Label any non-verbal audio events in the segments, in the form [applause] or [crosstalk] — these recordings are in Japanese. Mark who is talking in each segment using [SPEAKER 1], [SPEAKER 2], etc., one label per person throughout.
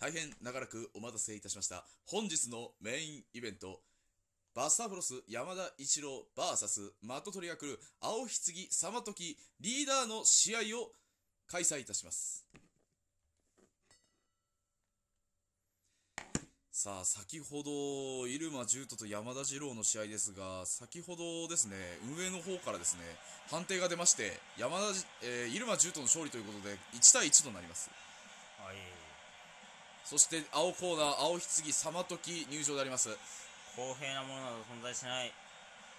[SPEAKER 1] 大変長らくお待たせいたしました。本日のメインイベント、バスタブロス山田一郎 VS マットトリが来る青ひつぎ様時リーダーの試合を開催いたします。さあ、先ほど、入間獣人と山田二郎の試合ですが、先ほどですね、運営の方からですね、判定が出まして、山田じ、えー入間獣人の勝利ということで、1対1となります。
[SPEAKER 2] はい
[SPEAKER 1] そして青コーナー、青ひつぎ、様時入場であります。
[SPEAKER 2] 公平なものなど存在しない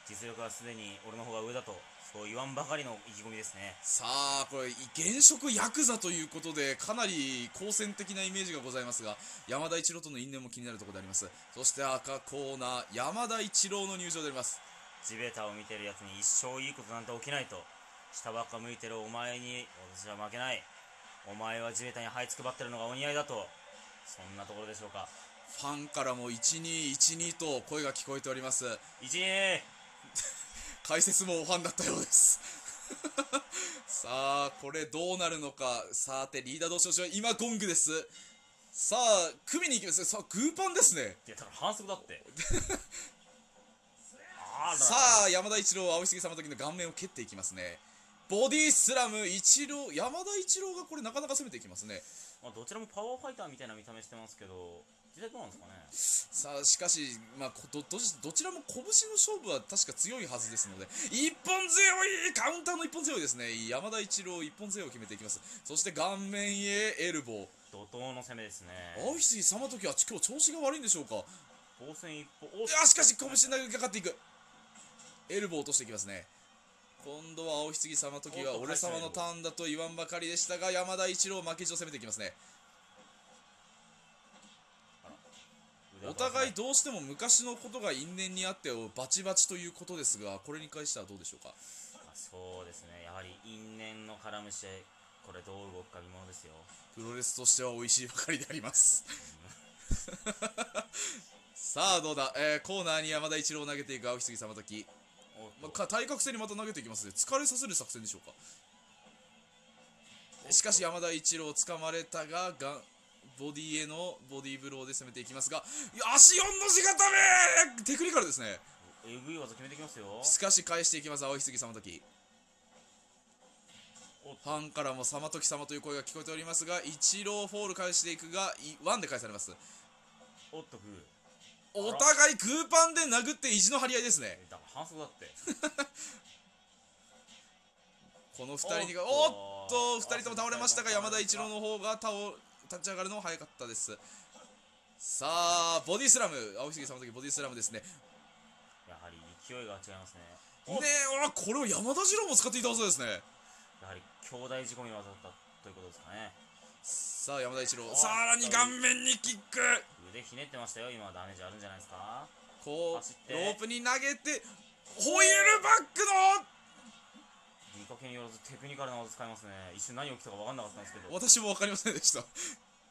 [SPEAKER 2] 実力はすでに俺の方が上だとそう言わんばかりの意気込みですね
[SPEAKER 1] さあ、これ、現職ヤクザということで、かなり好戦的なイメージがございますが、山田一郎との因縁も気になるところであります。そして赤コーナー、山田一郎の入場であります。
[SPEAKER 2] 地べたを見てるやつに一生いいことなんて起きないと下ばっか向いてるお前に私は負けないお前は地べたに這いつくばってるのがお似合いだとそんなところでしょうか
[SPEAKER 1] ファンからも1212と声が聞こえております。
[SPEAKER 2] 一二
[SPEAKER 1] 解説もファンだったようです。 [laughs] さあ、これどうなるのか。さて、リーダーどうしましょう。今、ゴングです。さあ、組みに行きます。さあ、グーパンですね。
[SPEAKER 2] いやだから反則だってあら
[SPEAKER 1] さあ山田一郎は青杉様の時の顔面を蹴っていきますねボディスラム一郎山田一郎がこれなかなか攻めていきますね
[SPEAKER 2] まあ、どちらもパワーファイターみたいな見た目してますけど実際どうなんですかね
[SPEAKER 1] さあしかし、まあ、こどどどちらも拳の勝負は確か強いはずですので一本強いカウンターの一本強いですね山田一郎一本強いを決めていきますそして顔面へエルボー
[SPEAKER 2] 怒涛の攻めですね
[SPEAKER 1] 青杉様の時は今日調子が悪いんでしょうか
[SPEAKER 2] 防戦一方お
[SPEAKER 1] いやしかし拳投げかかっていくエルボー落としていきますね今度は青ひつぎ様時は俺様のターンだと言わんばかりでしたが山田一郎負けじを攻めていきますねお互いどうしても昔のことが因縁にあってをバチバチということですがこれに関してはどうでしょうか
[SPEAKER 2] あそうですねやはり因縁の絡む試合これどう動くか見ものですよ
[SPEAKER 1] プロレスとしては美味しいばかりであります [laughs] さあどうだ、えーコーナーに山田一郎を投げていく青ひつぎ様時、
[SPEAKER 2] おっ
[SPEAKER 1] まあ
[SPEAKER 2] と
[SPEAKER 1] か対角線にまた投げていきますね疲れさせる作戦でしょうかしかし山田一郎掴まれたががボディへのボディーブローで攻めていきますがいや足4の字固めテクニカルですね
[SPEAKER 2] えぐい技決めてきますよ
[SPEAKER 1] しかし返していきます青ひすぎ様時
[SPEAKER 2] おっ
[SPEAKER 1] ファンからも「様時様」という声が聞こえておりますが一郎フォール返していくがいワンで返されます
[SPEAKER 2] おっとグー
[SPEAKER 1] お互いグーパンで殴って意地の張り合いですね
[SPEAKER 2] えだから反則だって
[SPEAKER 1] この2人にがお
[SPEAKER 2] お
[SPEAKER 1] っ
[SPEAKER 2] っ
[SPEAKER 1] と
[SPEAKER 2] と
[SPEAKER 1] 2人とも倒れましたが
[SPEAKER 2] あ
[SPEAKER 1] 山田一郎の方が倒立ち上がるの早かったですさあボディスラム青杉さんの時ボディスラムですねね
[SPEAKER 2] やはり勢いが違いますね
[SPEAKER 1] え
[SPEAKER 2] おっ
[SPEAKER 1] あこれを山田二郎も使っていた技ですね
[SPEAKER 2] やはり兄弟仕込みの技だったということですかね
[SPEAKER 1] さあ山田一郎
[SPEAKER 2] お
[SPEAKER 1] さらに顔面にキック
[SPEAKER 2] 腕ひねってましたよ今ダメージあるんじゃないですか
[SPEAKER 1] こ
[SPEAKER 2] 走っ
[SPEAKER 1] う
[SPEAKER 2] て
[SPEAKER 1] ロープに投げてホイールバックの
[SPEAKER 2] 見かけによらずテクニカルな技使いますね一瞬何起きたか分かんなかったんですけど
[SPEAKER 1] 私も分かりませんでした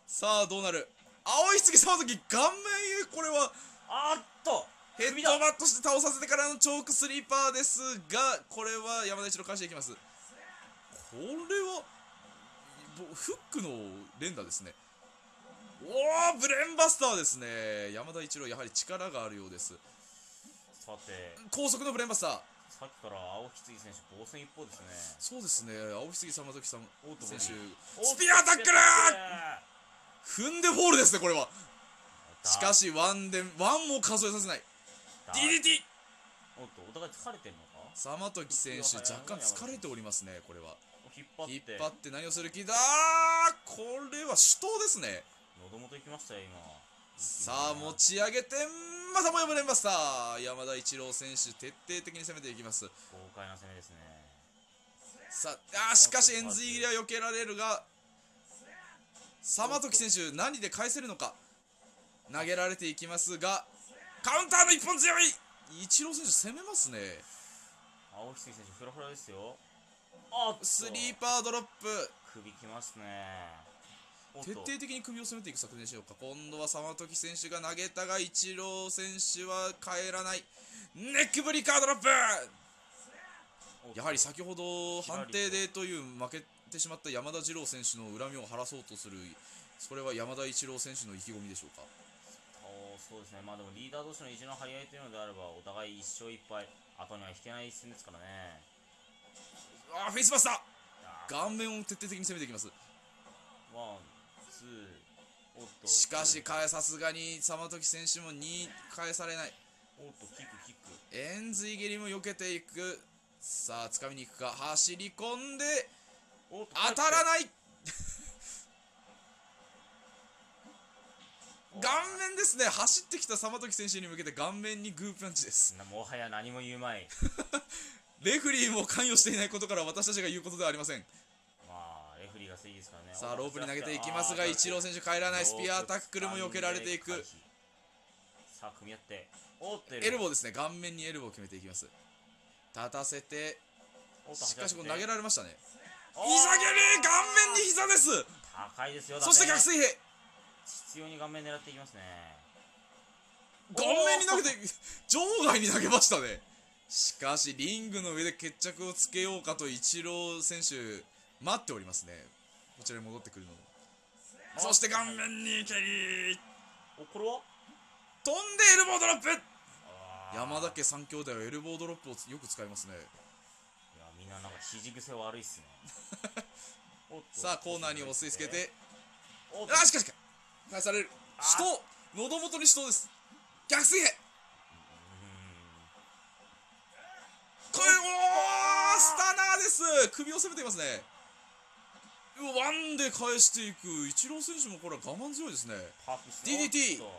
[SPEAKER 1] さあどうなる青い杉さんの時顔面へこれは
[SPEAKER 2] あーっと
[SPEAKER 1] ヘッドバットして倒させてからのチョークスリーパーですがこれは山田一郎返していきますこれはぼフックの連打ですねおおブレーンバスターですね山田一郎やはり力があるようです
[SPEAKER 2] さて
[SPEAKER 1] 高速のブレーンバスター
[SPEAKER 2] さっきから青木次選手防戦一方ですね
[SPEAKER 1] そうですね青杉様時さん
[SPEAKER 2] おっと
[SPEAKER 1] 選手
[SPEAKER 2] おっと
[SPEAKER 1] スピアタックル
[SPEAKER 2] スピア
[SPEAKER 1] 踏んでフォールですねこれは
[SPEAKER 2] タック
[SPEAKER 1] しか
[SPEAKER 2] ル
[SPEAKER 1] しワンでワンも数えさせない
[SPEAKER 2] だ
[SPEAKER 1] DDT
[SPEAKER 2] おっとお互い疲れてるのか
[SPEAKER 1] 様時選手若干疲れておりますねこれは
[SPEAKER 2] 引っ張
[SPEAKER 1] 引っ
[SPEAKER 2] って
[SPEAKER 1] 張って何をする気だあーこれは手刀ですね
[SPEAKER 2] 喉元行きましたよ今
[SPEAKER 1] さあ持ち上げてまたもやもれました山田一郎選手徹底的に攻めていきます
[SPEAKER 2] 豪快な攻めですね
[SPEAKER 1] さああーしかし円髄切りは避けられるが様時選手何で返せるのか投げられていきますがカウンターの一本強い一郎選手攻めますね
[SPEAKER 2] 青木選手フラフラですよあっと
[SPEAKER 1] スリーパードロップ
[SPEAKER 2] 首きますねおっ
[SPEAKER 1] 徹
[SPEAKER 2] と
[SPEAKER 1] 底的に首を攻めていく作戦でしょうか今度は様時選手が投げたが一郎選手は帰らないネックブリカードロップ
[SPEAKER 2] おっと
[SPEAKER 1] やはり先ほど判定でという負けてしまった山田二郎選手の恨みを晴らそうとするそれは山田一郎選手の意気込みでしょうか
[SPEAKER 2] おーそうですね、まあでもリーダー同士の意地の張り合いというのであれば、お互い一勝一敗、後には引けない一戦ですからね。
[SPEAKER 1] あーフェイスバスター
[SPEAKER 2] あー
[SPEAKER 1] 顔面を徹底的に攻めていきます
[SPEAKER 2] ワン、ツー、おっと、
[SPEAKER 1] しかし
[SPEAKER 2] ツー
[SPEAKER 1] かえさすがに様時選手も2返されない
[SPEAKER 2] おっと、キック、キック、
[SPEAKER 1] 円髄蹴りも避けていくさあ掴みに行くか走り込んで
[SPEAKER 2] おっと、
[SPEAKER 1] 当たら
[SPEAKER 2] い
[SPEAKER 1] ない顔面ですね走ってきた様時選手に向けて顔面にグーパンチです
[SPEAKER 2] もはや何も言うまい。
[SPEAKER 1] レフェリーも関与していないことから私たちが言うことではありません
[SPEAKER 2] まあ、レフェリーが正義ですからね。
[SPEAKER 1] さあロープに投げていきますがイチロー選手帰らないスピアータックルも避けられていく
[SPEAKER 2] さあ、組み合って、おっと、
[SPEAKER 1] エルボ
[SPEAKER 2] ー
[SPEAKER 1] ーですね顔面にエルボーを決めていきます立たせて
[SPEAKER 2] おっと
[SPEAKER 1] しかしこ
[SPEAKER 2] 走
[SPEAKER 1] れ投
[SPEAKER 2] らせ
[SPEAKER 1] げ
[SPEAKER 2] て
[SPEAKER 1] られましたね
[SPEAKER 2] お
[SPEAKER 1] 膝蹴
[SPEAKER 2] ー
[SPEAKER 1] り顔面に膝です
[SPEAKER 2] 高いですよ、
[SPEAKER 1] そして
[SPEAKER 2] 打点
[SPEAKER 1] 逆水平
[SPEAKER 2] 必要に顔面狙っていきますね。
[SPEAKER 1] 顔面に投げて場外に投げましたねしかしリングの上で決着をつけようかとイチロー選手待っておりますねこちらに戻ってくるのをそして顔面に蹴り
[SPEAKER 2] お、これは
[SPEAKER 1] 飛んでエルボードロップ
[SPEAKER 2] あー
[SPEAKER 1] 山田家3兄弟はエルボードロップをよく使いますね
[SPEAKER 2] いやみんななんか肘癖悪いっ
[SPEAKER 1] [laughs]
[SPEAKER 2] すねおっと
[SPEAKER 1] さあコーナーにお吸いつけて
[SPEAKER 2] おっと
[SPEAKER 1] あしかしか返される
[SPEAKER 2] あ
[SPEAKER 1] 死闘喉元に死闘です逆水平
[SPEAKER 2] う
[SPEAKER 1] これおースタナーです首を攻めていますねうわワンで返していくイチロー選手もこれは我慢強いですね
[SPEAKER 2] ーんパープス
[SPEAKER 1] DDT
[SPEAKER 2] おっ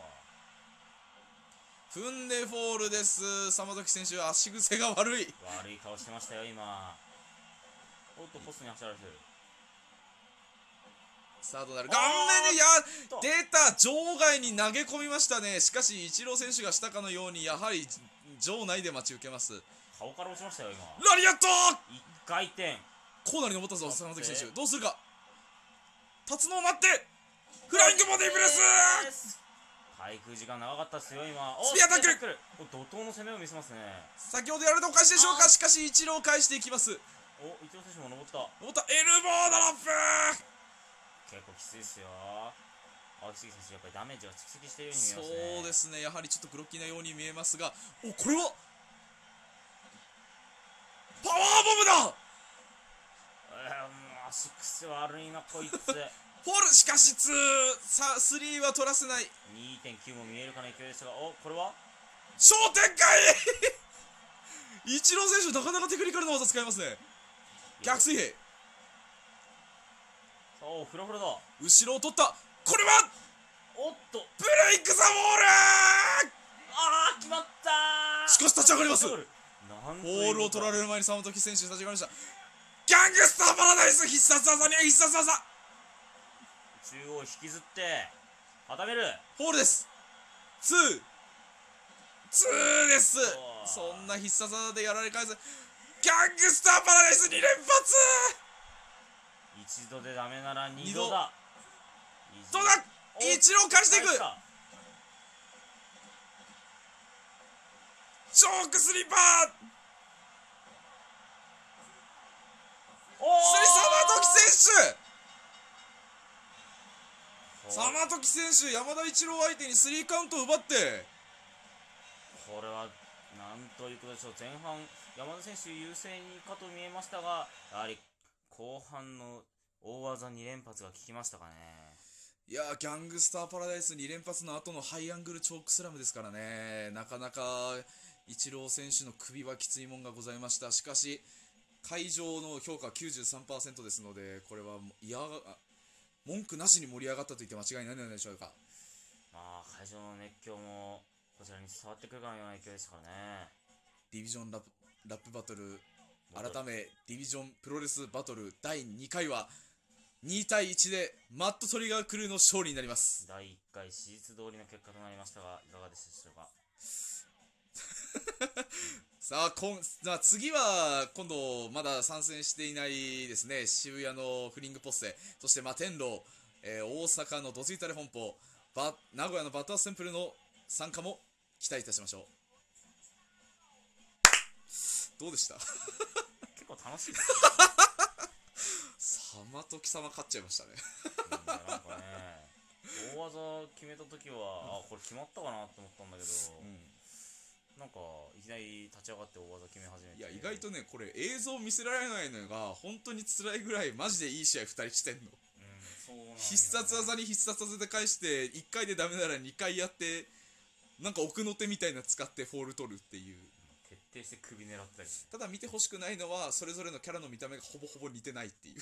[SPEAKER 1] 踏んでフォールです様時選手は足癖が悪い
[SPEAKER 2] と悪い顔してましたよ今おっとポストに走られてる
[SPEAKER 1] さあどうなる
[SPEAKER 2] あー
[SPEAKER 1] 顔面にや
[SPEAKER 2] と
[SPEAKER 1] 出た場外に投げ込みましたねしかしイチロー選手がしたかのようにやはり場内で待ち受けます
[SPEAKER 2] 顔から落ちましたよ今
[SPEAKER 1] ラリアット
[SPEAKER 2] 一回転
[SPEAKER 1] コーナーに登ったぞ
[SPEAKER 2] 待って
[SPEAKER 1] 様時選手どうするか立つのを待ってフライングボディープレス
[SPEAKER 2] ス滞空時間長かったっすよ今お
[SPEAKER 1] スピアタックル
[SPEAKER 2] スピお怒涛の攻めを見せますね
[SPEAKER 1] 先ほどやられたお返しでしょう
[SPEAKER 2] あ
[SPEAKER 1] か
[SPEAKER 2] ー
[SPEAKER 1] しかし一郎返していきます
[SPEAKER 2] お伊藤選手も登った
[SPEAKER 1] またエルボードロップ
[SPEAKER 2] 結構きついっすよ青木杉選手やっぱりダメージが蓄積しているように
[SPEAKER 1] そ
[SPEAKER 2] 見えますね
[SPEAKER 1] うですねやはりちょっとグロッキーなように見えますがおこれはパワーボムだ
[SPEAKER 2] えーもう足癖悪いなこいつ [laughs]
[SPEAKER 1] フォールしかし2さ3は取らせない
[SPEAKER 2] 2.9も見えるかな勢いでしたがおこれは
[SPEAKER 1] 商店 [laughs] 街イチロー選手なかなかテクニカルな技使いますね逆水平
[SPEAKER 2] おフラフラだ
[SPEAKER 1] 後ろを取ったこれは
[SPEAKER 2] おっと
[SPEAKER 1] ブレイクザボ
[SPEAKER 2] ああ決まったー
[SPEAKER 1] しかし立ち上がります
[SPEAKER 2] なんと
[SPEAKER 1] ールボールを取られ
[SPEAKER 2] る
[SPEAKER 1] る前にサムトキ選手立ち上がりましたギャングスターパラダイス必殺技には必殺技
[SPEAKER 2] 中央引きずって固める
[SPEAKER 1] ホールですツーツーです
[SPEAKER 2] おー
[SPEAKER 1] そんな必殺技でやられ返すギャングスターパラダイス2連発
[SPEAKER 2] 一度でダメなら二
[SPEAKER 1] 二
[SPEAKER 2] 度
[SPEAKER 1] 度
[SPEAKER 2] だ
[SPEAKER 1] どうだ
[SPEAKER 2] お
[SPEAKER 1] 一郎返していく
[SPEAKER 2] 返した
[SPEAKER 1] ショークスリーパー
[SPEAKER 2] おー
[SPEAKER 1] それサマト
[SPEAKER 2] こ
[SPEAKER 1] キ選手サマトキ選手山田一郎相手にスリーカウントを奪って
[SPEAKER 2] これはなんということでしょう前半山田選手優勢にかと見えましたがやはり後半の大技2連発が効きましたかね
[SPEAKER 1] いやーギャングスターパラダイス2連発の後のハイアングルチョークスラムですからねなかなか一郎選手の首はきついもんがございましたしかし会場の評価は93%ですのでこれはもういやあ文句なしに盛り上がったと言って間違いないのではないでしょうか
[SPEAKER 2] まあ会場の熱狂もこちらに伝わってくるかのような勢いですからね
[SPEAKER 1] ディビジョンラップラップバトル改めディビジョンプロレスバトル第2回は2対1でマットトリガークルーの勝利になります
[SPEAKER 2] 第1回史実通りの結果となりましたがいかがでしたでしょうか
[SPEAKER 1] さあ今さあ次は今度まだ参戦していないですね渋谷のフリングポッセそして摩天楼、えー大阪のドツイタレ本舗ば名古屋のバトアステンプルの参加も期待いたしましょうどうでした
[SPEAKER 2] 結構楽しいです
[SPEAKER 1] さまとき様勝っちゃいましたね
[SPEAKER 2] うんなんかね技決めた時は、あ、これ決まったかなと思ったんだけ
[SPEAKER 1] う
[SPEAKER 2] ど、なんか、いきなり立ち上がって大技決め始め
[SPEAKER 1] ん、い
[SPEAKER 2] て。
[SPEAKER 1] や意外とねこれ映像見せられないのが本当に辛いぐらいマジでいい試合2人してんの
[SPEAKER 2] うん、そうなんだ
[SPEAKER 1] 必
[SPEAKER 2] よね
[SPEAKER 1] 殺技に必殺技で返して1回でダメなら2回やってなんか奥の手みたいな使ってフォール取るっていう
[SPEAKER 2] 徹底して首狙ってたり、
[SPEAKER 1] ただ見てほしくないのはそれぞれのキャラの見た目がほぼほぼ似てないっていう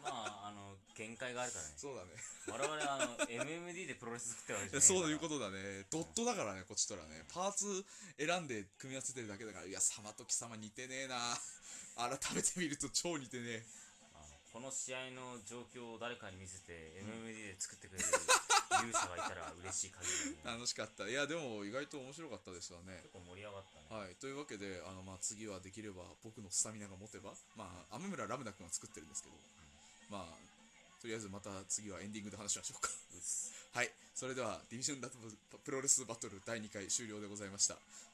[SPEAKER 2] まあ、あの、限界があるからね。
[SPEAKER 1] そうだね
[SPEAKER 2] 我々、あの、MMD でプロレス作ってるわけじゃないから
[SPEAKER 1] [laughs] そういうことだねドットだからねこっちとらねパーツ選んで組み合わせてるだけだからいや様と貴様似てねえな [laughs] 改めて見ると超似てねえ
[SPEAKER 2] あのこの試合の状況を誰かに見せて、MMD で作ってくれる勇者がいたら嬉しい限り
[SPEAKER 1] [laughs]
[SPEAKER 2] だね。
[SPEAKER 1] 楽しかったいやでも意外と面白かったですわね
[SPEAKER 2] 結構盛り上がったね。
[SPEAKER 1] はい、というわけであの、まあ、次はできれば僕のスタミナが持てば、まあ、雨村ラムダ君は作ってるんですけど、まあ、とりあえずまた次はエンディングで話しましょうか
[SPEAKER 2] うっす。
[SPEAKER 1] はいそれではディビジョンラブプロレスバトル第2回終了でございました